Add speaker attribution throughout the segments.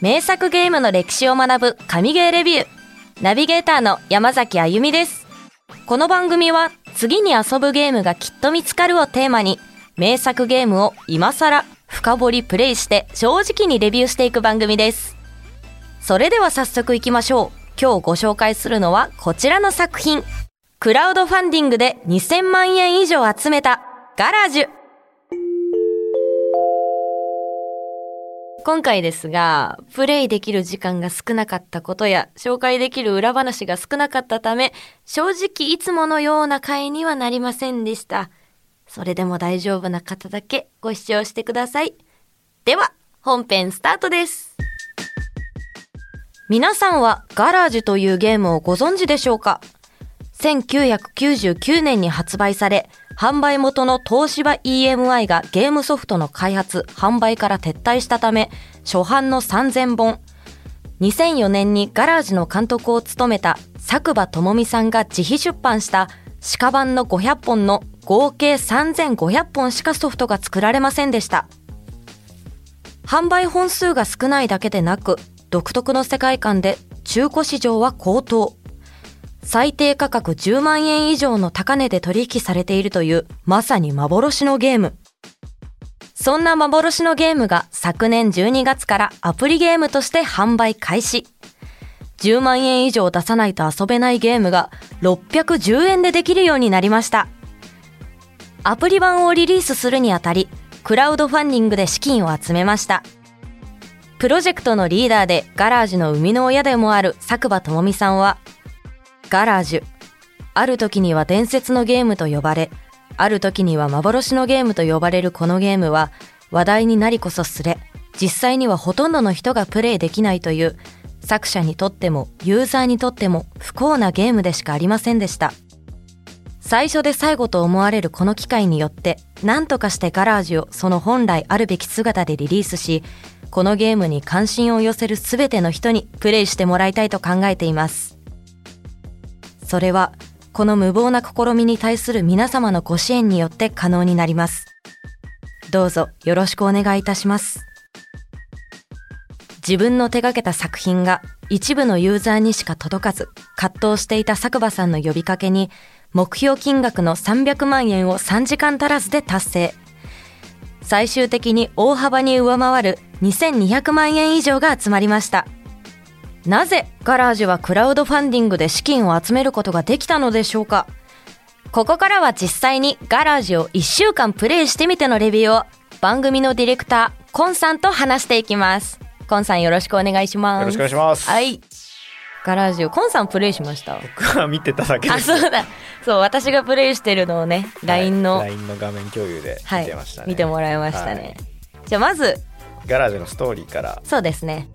Speaker 1: 名作ゲームの歴史を学ぶ神ゲーレビュー。ナビゲーターの山崎あゆみです。この番組は次に遊ぶゲームがきっと見つかるをテーマに、名作ゲームを今更深掘りプレイして正直にレビューしていく番組です。それでは早速行きましょう。今日ご紹介するのはこちらの作品。クラウドファンディングで2000万円以上集めたガラジュ。今回ですが、プレイできる時間が少なかったことや、紹介できる裏話が少なかったため、正直いつものような回にはなりませんでした。それでも大丈夫な方だけご視聴してください。では、本編スタートです。皆さんはガラージュというゲームをご存知でしょうか1999年に発売され、販売元の東芝 EMI がゲームソフトの開発、販売から撤退したため、初版の3000本。2004年にガラージの監督を務めた佐久間智美さんが自費出版した鹿版の500本の合計3500本しかソフトが作られませんでした。販売本数が少ないだけでなく、独特の世界観で中古市場は高騰。最低価格10万円以上の高値で取引されているというまさに幻のゲーム。そんな幻のゲームが昨年12月からアプリゲームとして販売開始。10万円以上出さないと遊べないゲームが610円でできるようになりました。アプリ版をリリースするにあたり、クラウドファンディングで資金を集めました。プロジェクトのリーダーでガラージュの生みの親でもある佐久間智美さんは、ガラージュ。ある時には伝説のゲームと呼ばれ、ある時には幻のゲームと呼ばれるこのゲームは、話題になりこそすれ、実際にはほとんどの人がプレイできないという、作者にとってもユーザーにとっても不幸なゲームでしかありませんでした。最初で最後と思われるこの機会によって、何とかしてガラージュをその本来あるべき姿でリリースし、このゲームに関心を寄せる全ての人にプレイしてもらいたいと考えています。それは、この無謀な試みに対する皆様のご支援によって可能になります。どうぞよろしくお願いいたします。自分の手掛けた作品が一部のユーザーにしか届かず、葛藤していた佐久間さんの呼びかけに、目標金額の300万円を3時間足らずで達成。最終的に大幅に上回る2200万円以上が集まりました。なぜガラージュはクラウドファンディングで資金を集めることができたのでしょうかここからは実際にガラージュを1週間プレイしてみてのレビューを番組のディレクター、コンさんと話していきます。コンさんよろしくお願いします。
Speaker 2: よろしくお願いします。
Speaker 1: はい。ガラージュ、コンさんプレイしました。
Speaker 2: 僕は見てただけで
Speaker 1: あ、
Speaker 2: す。
Speaker 1: そうだ。そう、私がプレイしてるのをね、LINE の、
Speaker 2: はい LINE の画面共有で
Speaker 1: はい
Speaker 2: 見てましたね。
Speaker 1: 見てもらいましたね。じゃあまず、
Speaker 2: ガラージュのストーリーから。
Speaker 1: そうですね。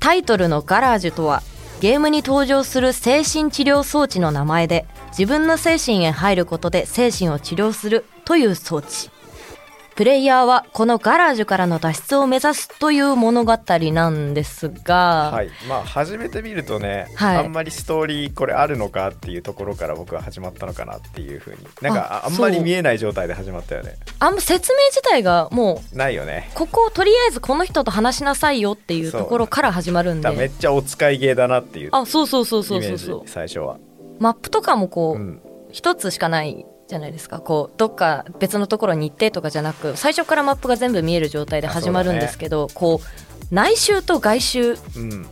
Speaker 1: タイトルのガラージュとは、ゲームに登場する精神治療装置の名前で、自分の精神へ入ることで精神を治療するという装置。プレイヤーはこのガラージュからの脱出を目指すという物語なんですが、
Speaker 2: はい、まあ始めてみるとね、
Speaker 1: はい
Speaker 2: あんまりストーリーこれあるのかっていうところから僕は始まったのかなっていうふうになんか
Speaker 1: あ
Speaker 2: ああんまり
Speaker 1: そう
Speaker 2: 見えない状態で始まったよね
Speaker 1: あんま説明自体がもう、
Speaker 2: ないよね
Speaker 1: ここをとりあえずこの人と話しなさいよっていうところから始まるん
Speaker 2: だからめ
Speaker 1: で。
Speaker 2: っちゃお使い芸だなっていうイメ
Speaker 1: あ、そうそうそうそうそう
Speaker 2: ー
Speaker 1: そう
Speaker 2: ジ。最初は、
Speaker 1: マップとかもこ
Speaker 2: う、
Speaker 1: うん一、つしかないじゃないですかこうどっか別のところに行ってとかじゃなく最初からマップが全部見える状態で始まるんですけどこう内周と外周っ
Speaker 2: うん、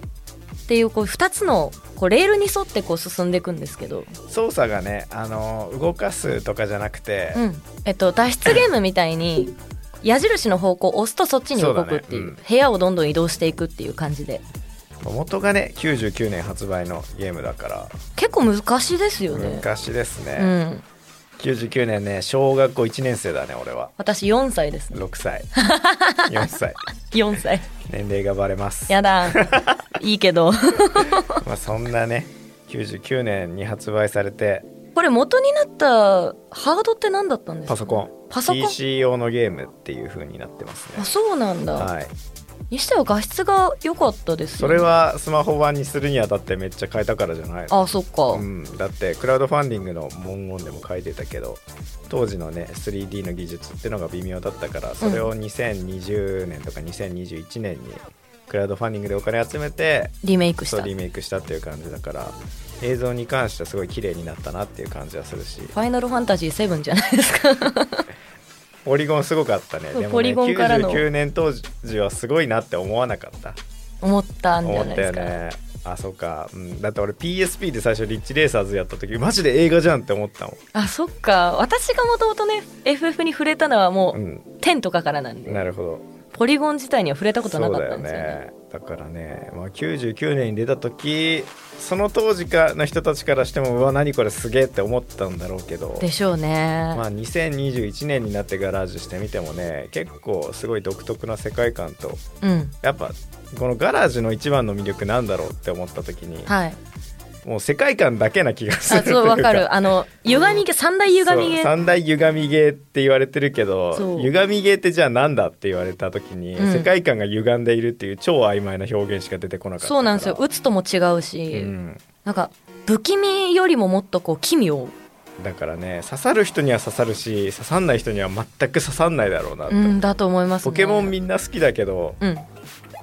Speaker 1: ていうこう2つのこうレールに沿ってこう進んでいくんですけど、
Speaker 2: 操作がねあの動かすとかじゃなくて、
Speaker 1: うんえっと、脱出ゲームみたいに矢印の方向を押すとそっちに動くっていう
Speaker 2: そうだね
Speaker 1: 部屋をどんどん移動していくっていう感じで
Speaker 2: 元がね99年発売のゲームだから
Speaker 1: 結構難しいですよね。
Speaker 2: 昔ですね、
Speaker 1: うん、
Speaker 2: 99年ね小学校1年生だね俺は
Speaker 1: 私4歳ですね
Speaker 2: 6歳 4歳
Speaker 1: 4歳
Speaker 2: 年齢がバレます
Speaker 1: やだいいけど
Speaker 2: まあそんなね99年に発売されて
Speaker 1: これ元になったハードって何だったんですか
Speaker 2: パソコン
Speaker 1: パソコン
Speaker 2: PC 用のゲームっていう風になってます
Speaker 1: あ
Speaker 2: ね
Speaker 1: そうなんだ、
Speaker 2: はい、
Speaker 1: にしては画質が良かったです
Speaker 2: そ
Speaker 1: よね
Speaker 2: れはスマホ版にするにあたってめっちゃ変えたからじゃない
Speaker 1: あそっか、
Speaker 2: うん、だってクラウドファンディングの文言でも書いてたけど当時のね 3D の技術ってのが微妙だったからそれを2020年とか2021年にクラウドファンディングでお金集めて
Speaker 1: リメイクし
Speaker 2: そ
Speaker 1: た
Speaker 2: うリ
Speaker 1: フ
Speaker 2: メイクしたっていう感じだから映像に関してはすごい綺麗になったなっていう感じはするし
Speaker 1: ァイナルファンタジー7じゃないですか
Speaker 2: ポリゴンすごかったねで
Speaker 1: そ
Speaker 2: も
Speaker 1: う
Speaker 2: ね
Speaker 1: ポリゴンからの
Speaker 2: 99年当時はすごいなって思わなかった
Speaker 1: 思ったんじ
Speaker 2: 思
Speaker 1: ゃな
Speaker 2: っ
Speaker 1: い
Speaker 2: た
Speaker 1: で
Speaker 2: よ
Speaker 1: すか、
Speaker 2: ねあそうか、うん、だって俺 PSP で最初リッチレーサーズやった時マジで映画じゃんって思ったも
Speaker 1: あそっか私がもともとね FF に触れたのはも
Speaker 2: ん、
Speaker 1: う
Speaker 2: う
Speaker 1: 10とかからなんで、
Speaker 2: ん、なるほど
Speaker 1: ポリゴン自体には触れたことなかったんですよね
Speaker 2: そうだよねだからね、まあ、99年に出た時その当時かの人たちからしてもうわ何これすげえって思ったんだろうけど
Speaker 1: でしょうね、
Speaker 2: まあ、2021年になってガラージュしてみてもね結構すごい独特な世界観と
Speaker 1: うん
Speaker 2: やっぱこのガラージュの一番の魅力なんだろうって思った時に、
Speaker 1: はい
Speaker 2: もう世界観だけな気がする
Speaker 1: あ
Speaker 2: とい
Speaker 1: そうわか
Speaker 2: う
Speaker 1: るあの歪みゲ三大歪み
Speaker 2: そう
Speaker 1: ゲ
Speaker 2: 三大歪みゲーって言われてるけ
Speaker 1: そ
Speaker 2: ど
Speaker 1: う
Speaker 2: 歪みゲーってじゃあなんだって言われた時に、
Speaker 1: うん
Speaker 2: 世界観が歪んでいるっていう超曖昧な表現しか出てこなかったから
Speaker 1: そうなんですよ打つとも違うし、
Speaker 2: うん
Speaker 1: なんか不気味よりももっとこう奇妙
Speaker 2: だからね刺さる人には刺さるし刺さんない人には全く刺さんないだろうなって、
Speaker 1: うんだと思いますね
Speaker 2: ポケモンみんな好きだけど
Speaker 1: うん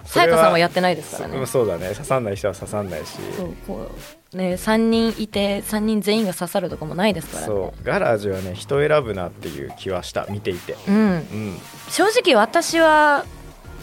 Speaker 2: そ
Speaker 1: さ
Speaker 2: れ
Speaker 1: やかさんはやってないですから
Speaker 2: そ
Speaker 1: ね
Speaker 2: うそうだね刺さんない人は刺さんないし
Speaker 1: そうこうね3人いて3人全員が刺さるとかもないですからね
Speaker 2: そうガラージュはね人選ぶなっていう気はした見ていて
Speaker 1: うん
Speaker 2: うん
Speaker 1: 正直私は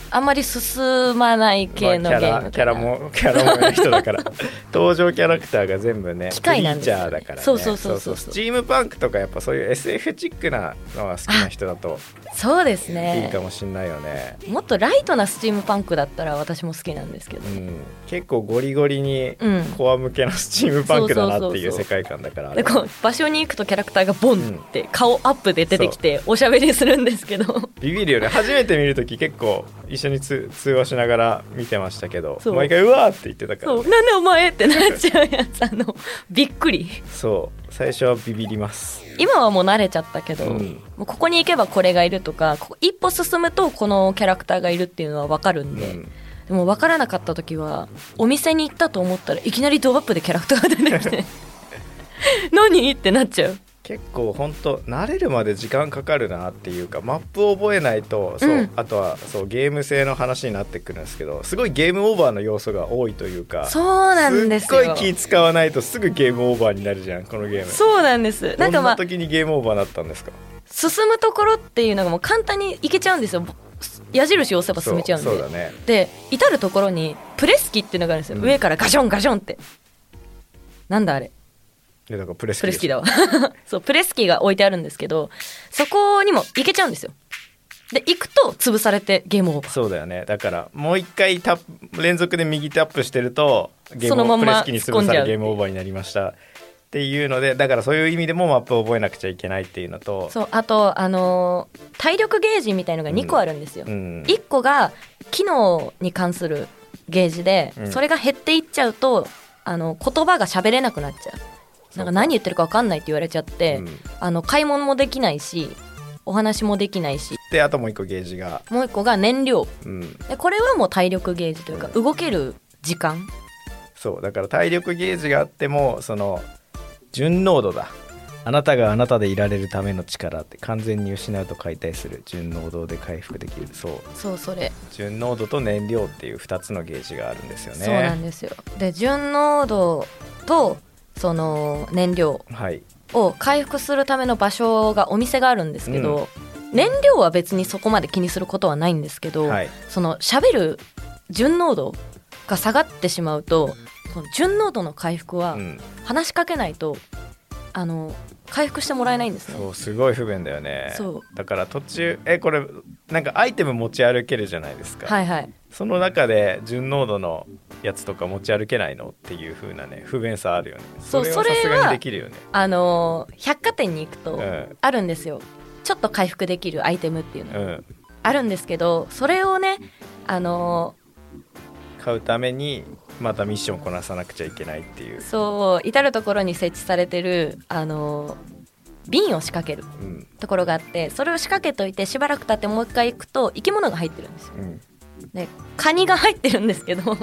Speaker 1: あんまり進まない系の
Speaker 2: ま
Speaker 1: ゲ
Speaker 2: あキャ
Speaker 1: ー
Speaker 2: ラ
Speaker 1: ム
Speaker 2: キャラ もキャラもやる人だから 登場キャラクターが全部ね
Speaker 1: 機械なんですよね
Speaker 2: クリーチャーだからね
Speaker 1: そうそうそうそう
Speaker 2: スチームパンクとかやっぱそういう SF チックなのが好きな人だと
Speaker 1: そうです
Speaker 2: いい
Speaker 1: ね
Speaker 2: かもしんないよね
Speaker 1: もっとライトなスチームパンクだったら私も好きなんですけど
Speaker 2: うん、結構ゴリゴリに
Speaker 1: うん
Speaker 2: コア向けのスチームパンクだなってい
Speaker 1: そううそうそうそう
Speaker 2: 世界観だから
Speaker 1: でこう場所に行くとキャラクターがボンって顔アップで出てきておしゃべりするんですけど
Speaker 2: ビビるよね初めて見る時結構一緒につ通話しながら見てましたけど
Speaker 1: そう
Speaker 2: 毎回うわーって言ってたから
Speaker 1: そ
Speaker 2: ね
Speaker 1: うなんでお前ってなっちゃうやつあの びっくり
Speaker 2: そう最初はビビります
Speaker 1: 今はもう慣れちゃったけど、
Speaker 2: うん
Speaker 1: もうここに行けばこれがいるとかここ一歩進むとこのキャラクターがいるっていうのは分かるん
Speaker 2: う
Speaker 1: で、
Speaker 2: ん
Speaker 1: でも分からなかった時はお店に行ったと思ったらいきなりドアップでキャラクターが出てき て何ってなっちゃう
Speaker 2: 結構本当慣れるまで時間かかるなっていうかマップを覚えないとそう、
Speaker 1: うん
Speaker 2: あとはそうゲーム性の話になってくるんですけどすごいゲームオーバーの要素が多いというか
Speaker 1: そうなんですよ
Speaker 2: っごい気使わないとすぐゲームオーバーになるじゃんこのゲーム
Speaker 1: そうなんですなんか
Speaker 2: どん
Speaker 1: ま
Speaker 2: な
Speaker 1: あ
Speaker 2: 時にゲームオーバーになったんですか
Speaker 1: 進むところっていうのがもう簡単に行けちゃうんですよぼ矢印を押せば進めちゃうんで
Speaker 2: そうそうだね
Speaker 1: で至る所にプレス機っていうのがあるんですよ、
Speaker 2: うん
Speaker 1: 上からガションガションってなんだあれ
Speaker 2: でだからプレス
Speaker 1: プ
Speaker 2: キ
Speaker 1: レ
Speaker 2: ー
Speaker 1: ス機だわ そうプレス機が置いてあるんですけどそこにも行けちゃうんですよで行くと潰されてゲームオーバー
Speaker 2: そうだよねだからもう一回タップ連続で右タップしてるとゲーム
Speaker 1: そのまんま
Speaker 2: プレス機に
Speaker 1: 突っ込
Speaker 2: 潰
Speaker 1: ん
Speaker 2: さ
Speaker 1: じゃうっ
Speaker 2: れ
Speaker 1: ていう
Speaker 2: ゲームオーバーになりましたっていうのでだからそういう意味でもマップを覚えなくちゃいけないっていうのと
Speaker 1: そうあとあのー体力ゲージみたいのが2個あるんですよ、
Speaker 2: うん
Speaker 1: 1個が機能に関するゲージで、
Speaker 2: うん
Speaker 1: それが減っていっちゃうとあの言葉が喋れなくなっちゃうなんか何言ってるか分かんないって言われちゃって、
Speaker 2: うん
Speaker 1: あの買い物もできないしお話もできないし
Speaker 2: であともう一個ゲージが、
Speaker 1: もう1個が燃料
Speaker 2: うん、
Speaker 1: でこれはもう体力ゲージというか動ける時間
Speaker 2: そうだから体力ゲージがあってもその純濃度だあなたがあなたでいられるための力って完全に失うと解体する純濃度で回復できるそう
Speaker 1: そうそれ
Speaker 2: 純濃度と燃料っていう2つのゲージがあるんですよね
Speaker 1: そうなんですよで純濃度とその燃料
Speaker 2: はい
Speaker 1: を回復するための場所がお店があるんですけど、燃料は別にそこまで気にすることはないんですけど、
Speaker 2: はい
Speaker 1: その喋る純濃度が下がってしまうとその純濃度の回復は
Speaker 2: うん
Speaker 1: 話しかけないと、あの回復してもらえないんですね
Speaker 2: そうすごい不便だよね
Speaker 1: そう
Speaker 2: だから途中えこれなんかアイテム持ち歩けるじゃないですか、
Speaker 1: はいはい
Speaker 2: その中で純濃度のやつとか持ち歩けないのっていう風なね不便さあるよね
Speaker 1: そう
Speaker 2: はさす
Speaker 1: それ
Speaker 2: が
Speaker 1: は
Speaker 2: にできるよね
Speaker 1: あのー百貨店に行くと
Speaker 2: うん
Speaker 1: あるんですよ、ちょっと回復できるアイテムっていうのが
Speaker 2: うん
Speaker 1: あるんですけどそれをねあのー
Speaker 2: 買うためにまたミッションこなさなくちゃいけないっていう、
Speaker 1: そう至る所に設置されてるあの瓶を仕掛ける
Speaker 2: うん
Speaker 1: ところがあってそれを仕掛けといてしばらく経ってもう一回行くと生き物が入ってるんですよ
Speaker 2: うん、
Speaker 1: でカニが入ってるんですけど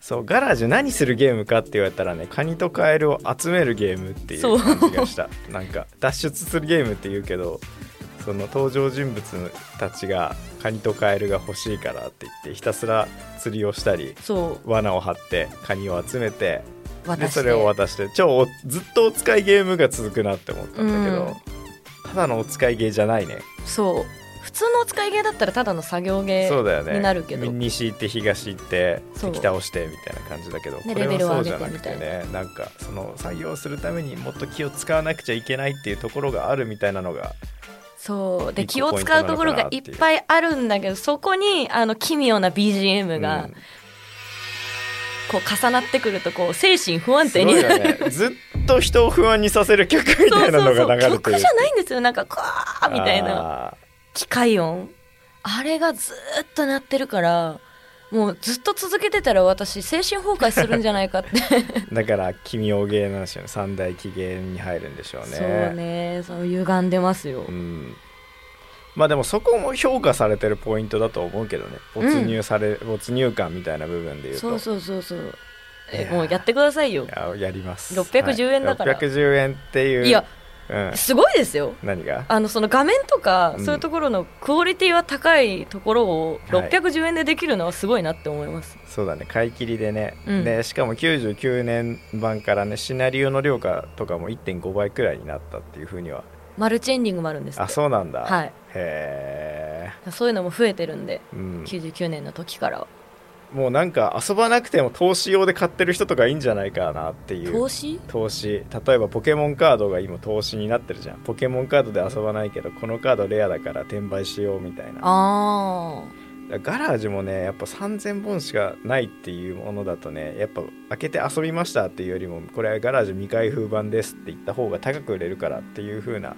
Speaker 2: そうガラージュ何するゲームかって言われたらねカニとカエルを集めるゲームってい
Speaker 1: そう
Speaker 2: う感じがしたなんか脱出するゲームって言うけどその登場人物たちがカニとカエルが欲しいからって言ってひたすら釣りをしたり
Speaker 1: そう
Speaker 2: 罠を張ってカニを集めて で
Speaker 1: 渡して
Speaker 2: それを渡して超おずっとお使いゲームが続くなって思ったんだけど、
Speaker 1: うん
Speaker 2: ただのお使いゲーじゃないね
Speaker 1: そう普通のお使い芸だったらただの作業芸
Speaker 2: そうだよね
Speaker 1: になるけど
Speaker 2: 西行って東行って
Speaker 1: そう
Speaker 2: 北をしてみたいな感じだけど
Speaker 1: ね
Speaker 2: これはそうじゃなく
Speaker 1: レ
Speaker 2: て
Speaker 1: ベ
Speaker 2: ねなんかその作業するためにもっと気を使わなくちゃいけないっていうところがあるみたいなのが
Speaker 1: そうで
Speaker 2: 一
Speaker 1: 気
Speaker 2: 個
Speaker 1: を
Speaker 2: ポイント
Speaker 1: 使
Speaker 2: な
Speaker 1: う
Speaker 2: のかな
Speaker 1: ところがいっぱいあるんだけどそこにあの奇妙な BGM が
Speaker 2: うん
Speaker 1: こう重なってくるとこう精神不安
Speaker 2: す
Speaker 1: 定
Speaker 2: ご
Speaker 1: に
Speaker 2: い
Speaker 1: なる、
Speaker 2: よねずっと人を不安にさせる曲みたいなのが流れてる
Speaker 1: 曲じゃないんですよなんか「こー」みたいな
Speaker 2: な
Speaker 1: 機械音あれがずーっと鳴ってるからもうずっと続けてたら私精神崩壊するんじゃないかって
Speaker 2: だから奇妙芸なんですよね三大奇芸に入るんでしょうね
Speaker 1: そうねそう歪んでますよ、
Speaker 2: うんまあでもそこも評価されてるポイントだと思うけどね没入され、没入感みたいな部分で言うと
Speaker 1: そうそうそうそうえ
Speaker 2: いやー
Speaker 1: もうやってくださいよ
Speaker 2: いややります
Speaker 1: 610円だから
Speaker 2: はい610円っていう
Speaker 1: いや
Speaker 2: うん、
Speaker 1: すごいですよ
Speaker 2: 何が
Speaker 1: あのその画面とか、
Speaker 2: うん
Speaker 1: そういうところのクオリティは高いところを
Speaker 2: はい
Speaker 1: 610円でできるのはすごいなって思います、
Speaker 2: そうだね買い切りでね、
Speaker 1: うん
Speaker 2: でしかも99年版からねシナリオの量価とかも1.5倍くらいになったっていうふうには
Speaker 1: マルチエンディングもあるんですって
Speaker 2: あそうなんだ、
Speaker 1: はい
Speaker 2: へ
Speaker 1: そういうのも増えてるんで
Speaker 2: え、うん、
Speaker 1: 99年の時からは
Speaker 2: もうなんか遊ばなくても投資用で買ってる人とかいいんじゃないかなっていう
Speaker 1: 投資
Speaker 2: 投資例えばポケモンカードが今投資になってるじゃんポケモンカードで遊ばないけどこのカードレアだから転売しようみたいな
Speaker 1: あ
Speaker 2: ガラージュもねやっぱ3000本しかないっていうものだとねやっぱ開けて遊びましたっていうよりもこれはガラージュ未開封版ですって言った方が高く売れるからっていう風な
Speaker 1: あ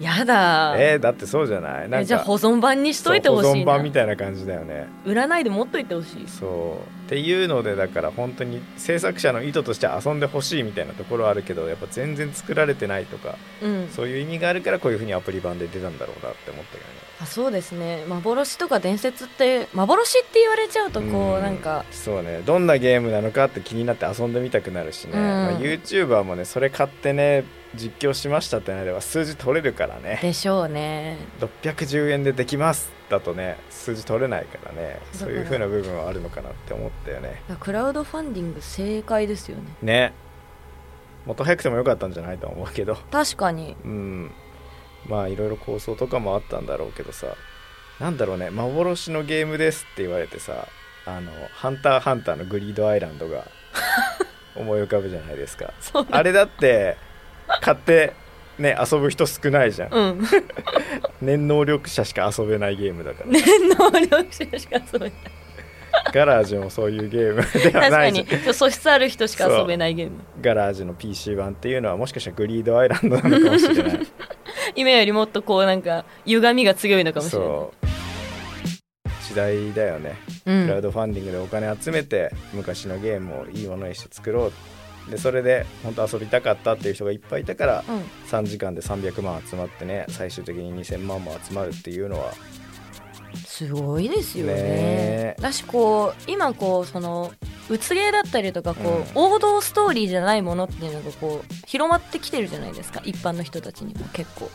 Speaker 1: やだ
Speaker 2: えーだってそうじゃないなん
Speaker 1: え
Speaker 2: か
Speaker 1: じゃあ保存版にしといてほ
Speaker 2: そ
Speaker 1: し
Speaker 2: う保
Speaker 1: い
Speaker 2: 存版
Speaker 1: な
Speaker 2: みたいな感じだよね
Speaker 1: 売らないで持っといてほしい
Speaker 2: そうっていうのでだから本当に制作者の意図として遊んでほしいみたいなところはあるけどやっぱ全然作られてないとか
Speaker 1: うん
Speaker 2: そういう意味があるからこういう風にアプリ版で出たんだろうなって思ったけどね
Speaker 1: あそうですね幻とか伝説って幻って言われちゃうとこう、
Speaker 2: うん
Speaker 1: なんか
Speaker 2: そうねどんなゲームなのかって気になって遊んでみたくなるしね、
Speaker 1: うん
Speaker 2: まあ、YouTuber もねそれ買ってね実況しましたってなれば数字取れるからね
Speaker 1: でしょうね
Speaker 2: 610円でできますだとね数字取れないからね
Speaker 1: ら
Speaker 2: そういう風な部分はあるのかなって思ったよね
Speaker 1: だからクラウドファンディング正解ですよね
Speaker 2: ねもっと早くてもよかったんじゃないとは思うけど
Speaker 1: 確かに
Speaker 2: うんまあいろいろ構想とかもあったんだろうけどさなんだろうね幻のゲームですって言われてさあの「ハンターハンター」のグリードアイランド が思い浮かぶじゃないですか
Speaker 1: そう
Speaker 2: あれだって買ってね遊ぶ人少ないじゃん
Speaker 1: うん
Speaker 2: 念能力者しか遊べないゲームだ から、
Speaker 1: 電脳力者しか遊べない
Speaker 2: ガラージュもそういうゲームでは
Speaker 1: 確
Speaker 2: な
Speaker 1: か
Speaker 2: いし
Speaker 1: に素質ある人しか遊べないゲーム
Speaker 2: ガラージュの PC 版っていうのはもしかしたらグリードアイランドなの かもしれない
Speaker 1: 今よりもっとこうなんか歪みが強いのかもしれない
Speaker 2: そう時代だよね
Speaker 1: うん
Speaker 2: クラウドファンディングでお金集めて昔のゲームをいいものにして作ろうでそれで本当遊びたかったっていう人がいっぱいいたから
Speaker 1: うん
Speaker 2: 3時間で300万集まってね最終的に2000万も集まるっていうのは
Speaker 1: すごいですよ
Speaker 2: ね
Speaker 1: ね
Speaker 2: え
Speaker 1: だしこう今こうそのうつゲーだったりとかこう、
Speaker 2: うん
Speaker 1: 王道ストーリーじゃないものっていうのがこう広まってきてるじゃないですか一般の人たちにも結構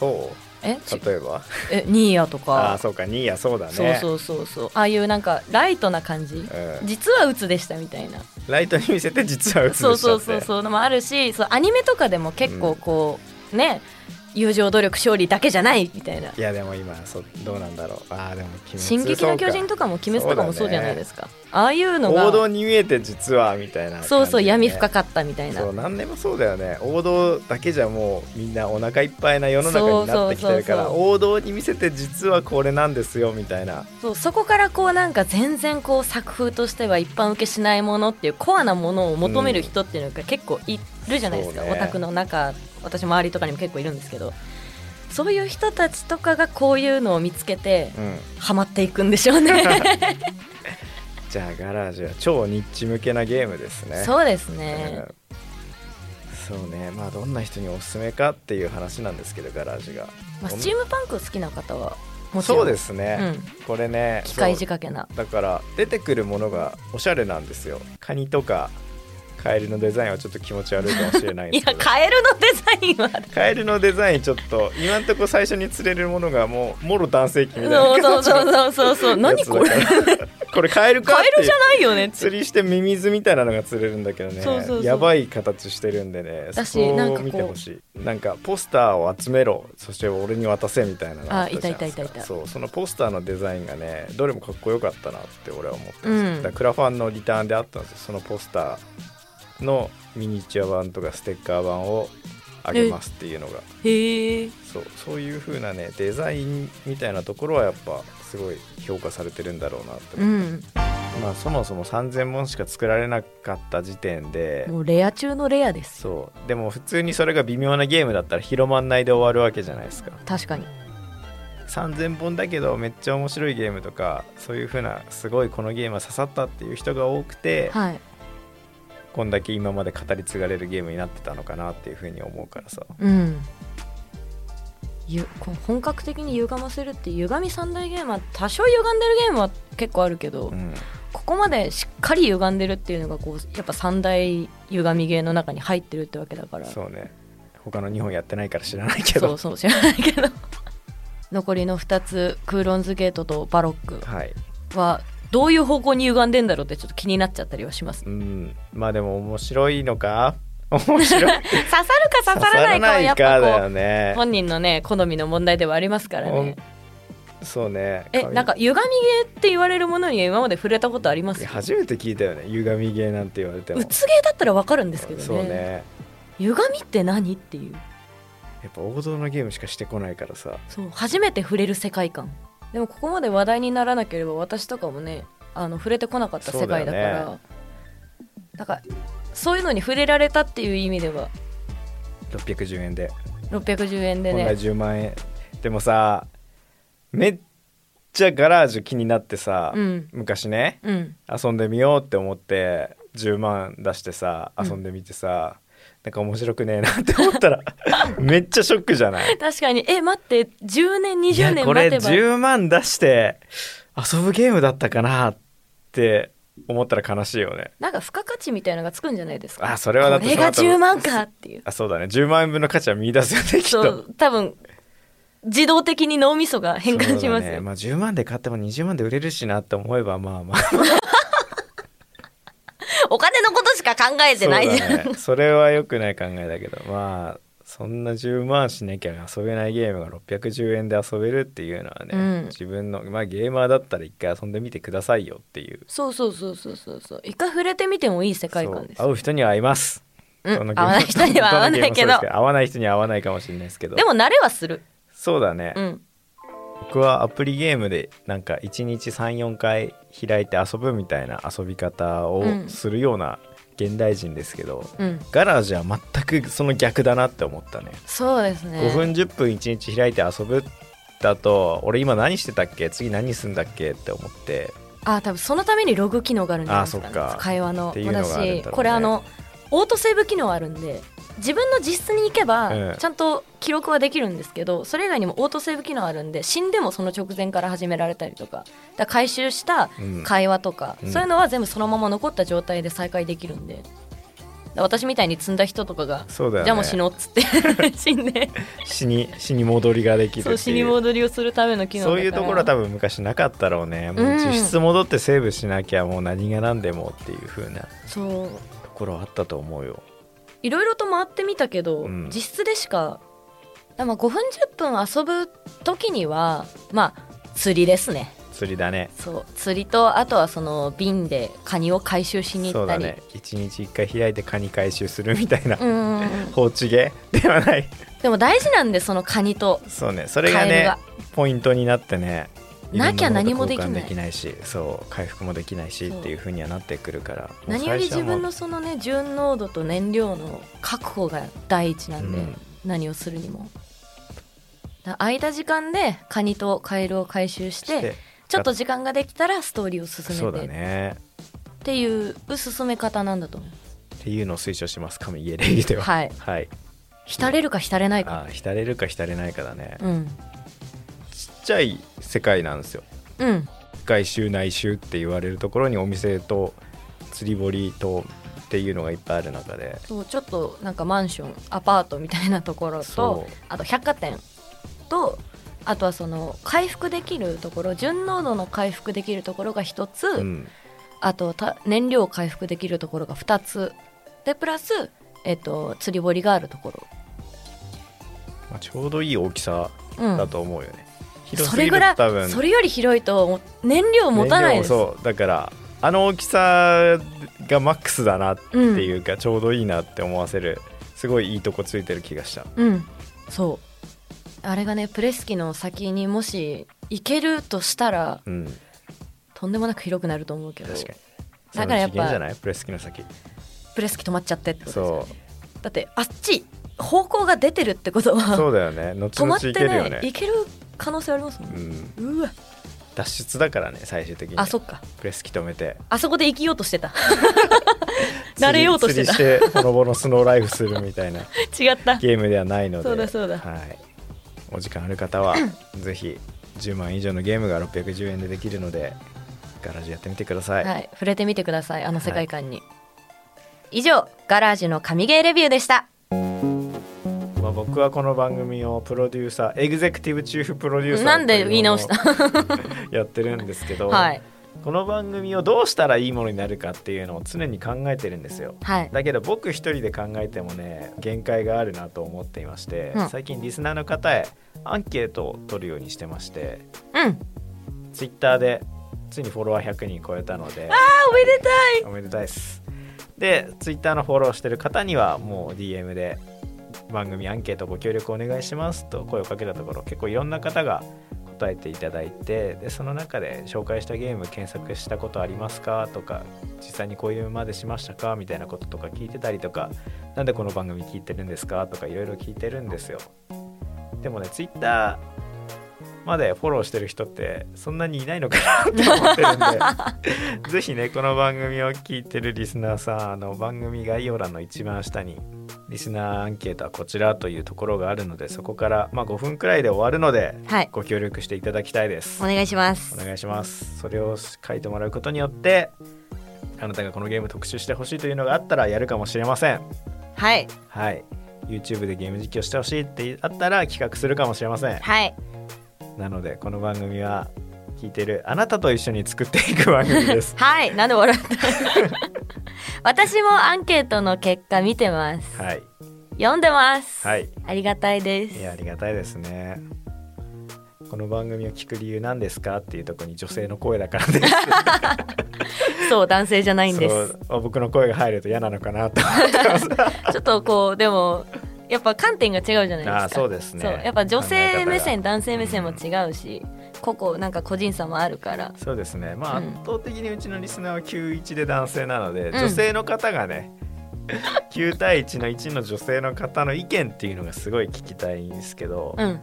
Speaker 2: そ
Speaker 1: え
Speaker 2: う
Speaker 1: ち
Speaker 2: 例えば
Speaker 1: えニーヤと
Speaker 2: ああ
Speaker 1: か
Speaker 2: ーそうかニーヤそうだね
Speaker 1: そうそうそうそうああいうなんかライトな感じ
Speaker 2: うん
Speaker 1: 実はうつでしたみたいな
Speaker 2: ライトに見せて実は映しちゃ
Speaker 1: そ
Speaker 2: っ
Speaker 1: う
Speaker 2: て
Speaker 1: そうそうそうのもあるしそうアニメとかでも結構こう、ね友情努力勝利だけじゃないみたいな
Speaker 2: やでも今そどうなんだろうああでも「
Speaker 1: 「
Speaker 2: 鬼滅
Speaker 1: 進撃の巨人」とかも「鬼滅」とかも
Speaker 2: そ
Speaker 1: そう
Speaker 2: だね
Speaker 1: うじゃないですか、ああいうの
Speaker 2: そうか王道
Speaker 1: が
Speaker 2: に見えて実はみたいな感じでね、
Speaker 1: そうそう闇深かったみたいな
Speaker 2: そう何でもそうだよね王道だけじゃもうみんなお腹いっぱいな世の中になってきてるから
Speaker 1: そうそうそう
Speaker 2: 王道に見せて実はこれなんですよみたいな
Speaker 1: そうそこからこうなんか全然こう作風としては一般受けしないものっていうコアなものを求める人っていうのが結構いるじゃないですか、
Speaker 2: そうね
Speaker 1: オタクの中私周りとかにも結構いるんですけどそういう人たちとかがこういうのを見つけて
Speaker 2: うん
Speaker 1: ハマっていくんでしょう ね
Speaker 2: じゃあガラージュは超ニッチ向けなゲームですね
Speaker 1: そうです
Speaker 2: う
Speaker 1: ね、
Speaker 2: んそうねまあどんな人におすすめかっていう話なんですけどガラージュが、
Speaker 1: まあ、スチームパンク好きな方はもちろん
Speaker 2: そうですね、これね
Speaker 1: 機械仕
Speaker 2: そう
Speaker 1: 掛けな
Speaker 2: だから出てくるものがおしゃれなんですよカニとかカエルのデザインはちょっと気持ち悪いかもしれない ん
Speaker 1: い
Speaker 2: です
Speaker 1: や
Speaker 2: けど
Speaker 1: カエルのデザインは
Speaker 2: カエルのデザインちょっと今んとこ最初に釣れるものがもうもろ男性器みたいな
Speaker 1: そうそう
Speaker 2: 感じの
Speaker 1: そうそうそう何これ
Speaker 2: やつだから これカエルかっ
Speaker 1: カエ
Speaker 2: て
Speaker 1: ルじゃないよね
Speaker 2: 釣りしてミミズみたいなのが釣れるんだけどね
Speaker 1: そうそうそう
Speaker 2: やばい形してるんでね
Speaker 1: 私
Speaker 2: そこ
Speaker 1: なんか
Speaker 2: を
Speaker 1: こう
Speaker 2: 見てほしいなんかポスターを集めろそして俺に渡せみたいなのがったじゃん
Speaker 1: あいたいたいたいた
Speaker 2: そうそのポスターのデザインがねどれもかっこよかったなって俺は思ってます、
Speaker 1: うん
Speaker 2: だからクラファンのリターンであったんですよそのポスターのミニチュア版とかステッカー版をあげますっていうのが
Speaker 1: へえ
Speaker 2: そうそういう風なねデザインみたいなところはやっぱすごい評価されてるんだろうなって思って
Speaker 1: うん
Speaker 2: まあ、そもそも3,000本しか作られなかった時点で
Speaker 1: もうレア中のレアです
Speaker 2: そうでも普通にそれが微妙なゲームだったら広まんないで終わるわけじゃないですか
Speaker 1: 確かに
Speaker 2: 3,000本だけどめっちゃ面白いゲームとかそういう風なすごいこのゲームは刺さったっていう人が多くて
Speaker 1: はい
Speaker 2: こんだけ今まで語り継がれるゲームになってたのかなっていう風に思うからさ
Speaker 1: うんゆこう本格的に歪ませるって歪み三大ゲームは多少歪んでるゲームは結構あるけど、
Speaker 2: うん
Speaker 1: ここまでしっかり歪んでるっていうのがこうやっぱ三大歪みゲーの中に入ってるってわけだから
Speaker 2: そうね他の2本やってないから知らないけ
Speaker 1: そ
Speaker 2: ど
Speaker 1: うそう知らないけ ど残りの2つクーロンズゲートとバロック
Speaker 2: はい
Speaker 1: はどういう方向に歪んでんだろうってちょっと気になっちゃったりはします
Speaker 2: うんまあでも面白いのか面白い
Speaker 1: 刺さるか刺さらないかはやっ
Speaker 2: 刺さらないかだ
Speaker 1: ぱこ
Speaker 2: よね
Speaker 1: う本人のね好みの問題ではありますから
Speaker 2: ほ
Speaker 1: ね
Speaker 2: んそうね
Speaker 1: え
Speaker 2: 神
Speaker 1: なんか歪みゲーって言われるものには今まで触れたことありま
Speaker 2: い
Speaker 1: す
Speaker 2: や初めて聞いたよね歪みゲーなんて言われても
Speaker 1: うつゲーだったらわかるんですけど
Speaker 2: そう
Speaker 1: ね
Speaker 2: ね
Speaker 1: 歪みって何っていう
Speaker 2: やっぱ王道のゲームしかしてこないからさ
Speaker 1: そう初めて触れる世界観でもここまで話題にならなければ私とかもねあの触れてこなかった世界だから
Speaker 2: そうだ
Speaker 1: だ,、
Speaker 2: よ
Speaker 1: からそういうのに触れられたっていう意味では
Speaker 2: 610円で、
Speaker 1: 610円で
Speaker 2: こんな
Speaker 1: ね
Speaker 2: 10万円でもさめっちゃガラージュ気になってさ、
Speaker 1: うん
Speaker 2: 昔ね
Speaker 1: うん
Speaker 2: 遊んでみようって思って10万出してさ
Speaker 1: うん
Speaker 2: 遊んでみてさ、なんか面白くねえなって思っ たらめっちゃショックじゃない
Speaker 1: 確かにえ待って10年
Speaker 2: いや
Speaker 1: 20年
Speaker 2: これ
Speaker 1: 待てば
Speaker 2: 10万出して遊ぶゲームだったかなって思ったら悲しいよね
Speaker 1: なんか付加価値みたいなのがつくんじゃないですか
Speaker 2: あそれはだって
Speaker 1: これが
Speaker 2: その後
Speaker 1: 10万かって いう
Speaker 2: あそうだね10万円分の価値は見出すよねきっ
Speaker 1: そ
Speaker 2: と
Speaker 1: う多分自動的に脳みそが変換します
Speaker 2: そう
Speaker 1: よ、
Speaker 2: だねまあ、10万で買っても20万で売れるしなって思えばまあまあ
Speaker 1: お金のことしか考えて
Speaker 2: そう
Speaker 1: な
Speaker 2: だ
Speaker 1: いじゃん、
Speaker 2: ね それは良くない考えだけどまあそんな10万しなきゃ遊べないゲームが610円で遊べるっていうのはね、
Speaker 1: うん
Speaker 2: 自分のまあゲーマーだったら一回遊んでみてくださいよっていう
Speaker 1: そうそうそうそうそうそう一回触れてみてもいい世界観です
Speaker 2: そう会う人には会います
Speaker 1: うん
Speaker 2: どのゲーム
Speaker 1: 合わない人には合わないけど
Speaker 2: どのゲームもそうです合わない人には合わないかもしれないですけど
Speaker 1: でも慣れはする
Speaker 2: そうだね、
Speaker 1: うん
Speaker 2: 僕はアプリゲームでなんか1日34回開いて遊ぶみたいな遊び方を
Speaker 1: うん
Speaker 2: するような現代人ですけど、
Speaker 1: うん
Speaker 2: ガラージュは全くその逆だなって思ったね、
Speaker 1: そうですね
Speaker 2: 5分10分1日開いて遊ぶだと俺今何してたっけ次何すんだっけって思って
Speaker 1: あ多分そのためにログ機能があるんじゃないですか,、
Speaker 2: あ
Speaker 1: ね、
Speaker 2: そっか
Speaker 1: 会話の
Speaker 2: っていうのがあるんだろうね
Speaker 1: 私これあのオートセーブ機能あるんで自分の実質に行け
Speaker 2: ええ
Speaker 1: ばちゃんと記録はできるんですけど、それ以外にもオートセーブ機能あるんで死んでもその直前から始められたりとかだから回収した
Speaker 2: うん
Speaker 1: 会話とか、
Speaker 2: うん
Speaker 1: そういうのは全部そのまま残った状態で再開できるんでだから私みたいに積んだ人とかが、
Speaker 2: そうだよね
Speaker 1: じゃあもう死のうっつって 死んで
Speaker 2: 死に死に戻りができるって
Speaker 1: そ
Speaker 2: いうう
Speaker 1: 死に戻りをするための機能だか
Speaker 2: そ
Speaker 1: ら
Speaker 2: ういうところは多分昔なかったろうねもう
Speaker 1: うん
Speaker 2: 実質戻ってセーブしなきゃもう何が何でもっていう風な
Speaker 1: そう
Speaker 2: ところあったと思うよ
Speaker 1: いろいろと回ってみたけど、
Speaker 2: うん
Speaker 1: 実質でしかでも5分10分遊ぶ時にはまあ釣りですね
Speaker 2: 釣りだね
Speaker 1: そう釣りとあとはその瓶でカニを回収しに行
Speaker 2: そう
Speaker 1: った
Speaker 2: だ
Speaker 1: り
Speaker 2: ね1日1回開いてカニ回収するみたいな、
Speaker 1: うんうんうん
Speaker 2: 放置ゲーではない
Speaker 1: でも大事なんでそのカニと
Speaker 2: そうねそれ
Speaker 1: カ
Speaker 2: が
Speaker 1: エル
Speaker 2: ね
Speaker 1: が
Speaker 2: ポイントになってね
Speaker 1: なきゃ
Speaker 2: いろん
Speaker 1: 何
Speaker 2: も
Speaker 1: もで
Speaker 2: のと
Speaker 1: きない
Speaker 2: 交換できないしそう回復もできないし
Speaker 1: そう
Speaker 2: っていう風にはなってくるからもう
Speaker 1: 何より自
Speaker 2: 最初は
Speaker 1: 分
Speaker 2: もう
Speaker 1: のそのね純濃度と燃料の確保が第一なんで、
Speaker 2: うん
Speaker 1: 何をするにもだ空いた時間でカニとカエルを回収し
Speaker 2: して
Speaker 1: てちょっと時間ができたらストーリーを進
Speaker 2: そう
Speaker 1: め
Speaker 2: だ
Speaker 1: て
Speaker 2: ね
Speaker 1: っていう進め方なんだと思う
Speaker 2: っていうのを推奨します神家礼儀では
Speaker 1: はい
Speaker 2: はい、
Speaker 1: 浸れるか浸れないか
Speaker 2: ああ浸れるか浸れないかだね、
Speaker 1: うん
Speaker 2: ちっちゃい世界なんですよ
Speaker 1: うん
Speaker 2: 外周内周って言われるところにお店と釣り堀とっていうのがいっぱいある中で
Speaker 1: そうちょっとなんかマンションアパートみたいなところと
Speaker 2: そう
Speaker 1: あと百貨店とあとはその回復できるところ純濃度の回復できるところが1つ、
Speaker 2: うん
Speaker 1: あとた燃料を回復できるところが2つでプラス、えっと釣り堀があるところ、
Speaker 2: まあ、ちょうどいい大きさ
Speaker 1: うん、
Speaker 2: だと思うよね、広
Speaker 1: そ
Speaker 2: す
Speaker 1: れ
Speaker 2: ぎる
Speaker 1: ぐ
Speaker 2: と
Speaker 1: らい
Speaker 2: 多分
Speaker 1: それより広いともう燃料持たないです
Speaker 2: 燃料そうだからあの大きさがマックスだなっていうか、ちょうどいいなって思わせるすごいいいとこついてる気がした
Speaker 1: うんそうあれがねプレス機の先にもし行けるとしたら
Speaker 2: うん
Speaker 1: とんでもなく広くなると思うけど
Speaker 2: 確かにそ
Speaker 1: だ
Speaker 2: の
Speaker 1: からやっぱ
Speaker 2: 機嫌じゃないプレス機の先
Speaker 1: プレス機止まっちゃってってことですよね
Speaker 2: そ
Speaker 1: だってあっち方向が出てるってこと
Speaker 2: う
Speaker 1: は
Speaker 2: そうだよね後
Speaker 1: 止ま
Speaker 2: 々
Speaker 1: っ
Speaker 2: いけ
Speaker 1: て
Speaker 2: るよ
Speaker 1: ね
Speaker 2: ね
Speaker 1: 行ける可能性ありますもん
Speaker 2: う
Speaker 1: ね、
Speaker 2: ん、
Speaker 1: うわ
Speaker 2: 脱出だからね最終的に
Speaker 1: あそっか
Speaker 2: プレス機止めて
Speaker 1: あそこで生きようとしてた 慣れようとしてた
Speaker 2: 釣り釣りしてほのぼのスノーライフするみたいな
Speaker 1: 違った
Speaker 2: ゲームではないので
Speaker 1: そうだそうだ
Speaker 2: はい、お時間ある 方はぜひ10万以上のゲームが610円でできるのでガラージやってみてください、
Speaker 1: はい、触れてみてくださいあの世界観に、以上ガラージュの神ゲーレビューでした
Speaker 2: まあ、僕はこの番組をプロデューサーエグゼクティブチーフプロデューサー
Speaker 1: なんで
Speaker 2: というの
Speaker 1: 言い直
Speaker 2: を
Speaker 1: した
Speaker 2: やってるんですけど、
Speaker 1: はい
Speaker 2: この番組をどうしたらいいものになるかっていうのを常に考えてるんですよ
Speaker 1: はい
Speaker 2: だけど僕一人で考えてもね限界があるなと思っていまして、
Speaker 1: うん
Speaker 2: 最近リスナーの方へアンケートを取るようにしてまして
Speaker 1: うん
Speaker 2: ツイッターでついにフォロワー100人超えたので
Speaker 1: おめでたい
Speaker 2: おめでたいですでツイッターのフォローしてる方にはもう DM で番組アンケートご協力お願いしますと声をかけたところ結構いろんな方が答えていただいてでその中で紹介したゲーム検索したことありますかとか実際にこういうまでしましたかみたいなこととか聞いてたりとかなんでこの番組聞いてるんですかとかいろいろ聞いてるんですよでもねツイッターまでフォローしてる人ってそんなにいないのかなって思ってるんでぜひねこの番組を聞いてるリスナーさんあの番組概要欄の一番下にリスナーアンケートはこちらというところがあるのでそこから、まあ、5分くらいで終わるので
Speaker 1: はい
Speaker 2: ご協力していただきたいです
Speaker 1: お願いします
Speaker 2: お願いしますそれを書いてもらうことによってあなたがこのゲーム特集してほしいというのがあったらやるかもしれません
Speaker 1: はい
Speaker 2: はい YouTube でゲーム実況してほしいってあったら企画するかもしれません
Speaker 1: はい
Speaker 2: なのでこの番組は聞いてるあなたと一緒に作っていく番組です
Speaker 1: はいなんで笑った私もアンケートの結果見てます
Speaker 2: はい
Speaker 1: 読んでます、
Speaker 2: はい
Speaker 1: ありがたいで
Speaker 2: いやあ
Speaker 1: す
Speaker 2: りがたいですね。この番組を聞く理由なんですかっていうところに女性の声だからです。
Speaker 1: そう男性じゃないんで
Speaker 2: そ
Speaker 1: す
Speaker 2: うあ僕の声が入ると嫌なのかなと思 ってます。
Speaker 1: ちょっとこうでもやっぱ観点が違うじゃないですか
Speaker 2: ああそうですね。
Speaker 1: そうやっぱ女
Speaker 2: 考え
Speaker 1: 性
Speaker 2: 方が
Speaker 1: 目線男性目線も違うし、個々なんか個人差もあるから
Speaker 2: そうですね。まあ
Speaker 1: うん
Speaker 2: 圧倒的にうちのリスナーは91で男性なので、
Speaker 1: ん
Speaker 2: 女性の方がね。9対1の1の女性の方の意見っていうのがすごい聞きたいんですけど、
Speaker 1: うん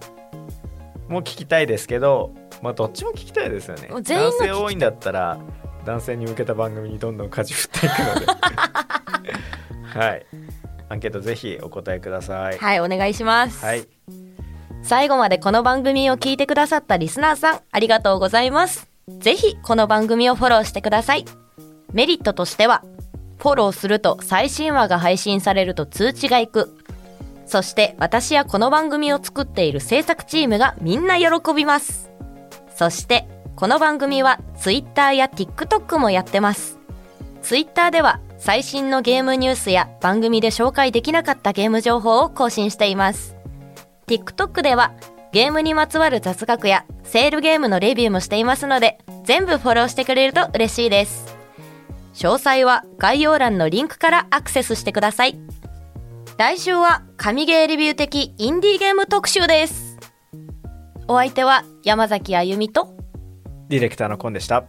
Speaker 2: もう聞きたいですけど、まあ、どっちも聞きたいですよね
Speaker 1: もう
Speaker 2: 男
Speaker 1: 全員が聞き
Speaker 2: 性多いんだったら男性に向けた番組にどんどん舵振っていくの ではいアンケートぜひお答えください
Speaker 1: はいお願いします、
Speaker 2: はい、
Speaker 1: 最後までこの番組を聞いてくださったリスナーさんありがとうございますぜひこの番組をフォローしてくださいメリットとしてはフォローすると最新話が配信されると通知がいくそして私やこの番組を作っている制作チームがみんな喜びますそしてこの番組は Twitter や TikTok もやってますツイッターでは最新のゲームニュースや番組で紹介できなかったゲーム情報を更新しています TikTok ではゲームにまつわる雑学やセールゲームのレビューもしていますので全部フォローしてくれると嬉しいです詳細は概要欄のリンクからアクセスしてください来週は神ゲーレビュー的インディーゲーム特集ですお相手は山崎あゆみと
Speaker 2: ディレクターのコンでした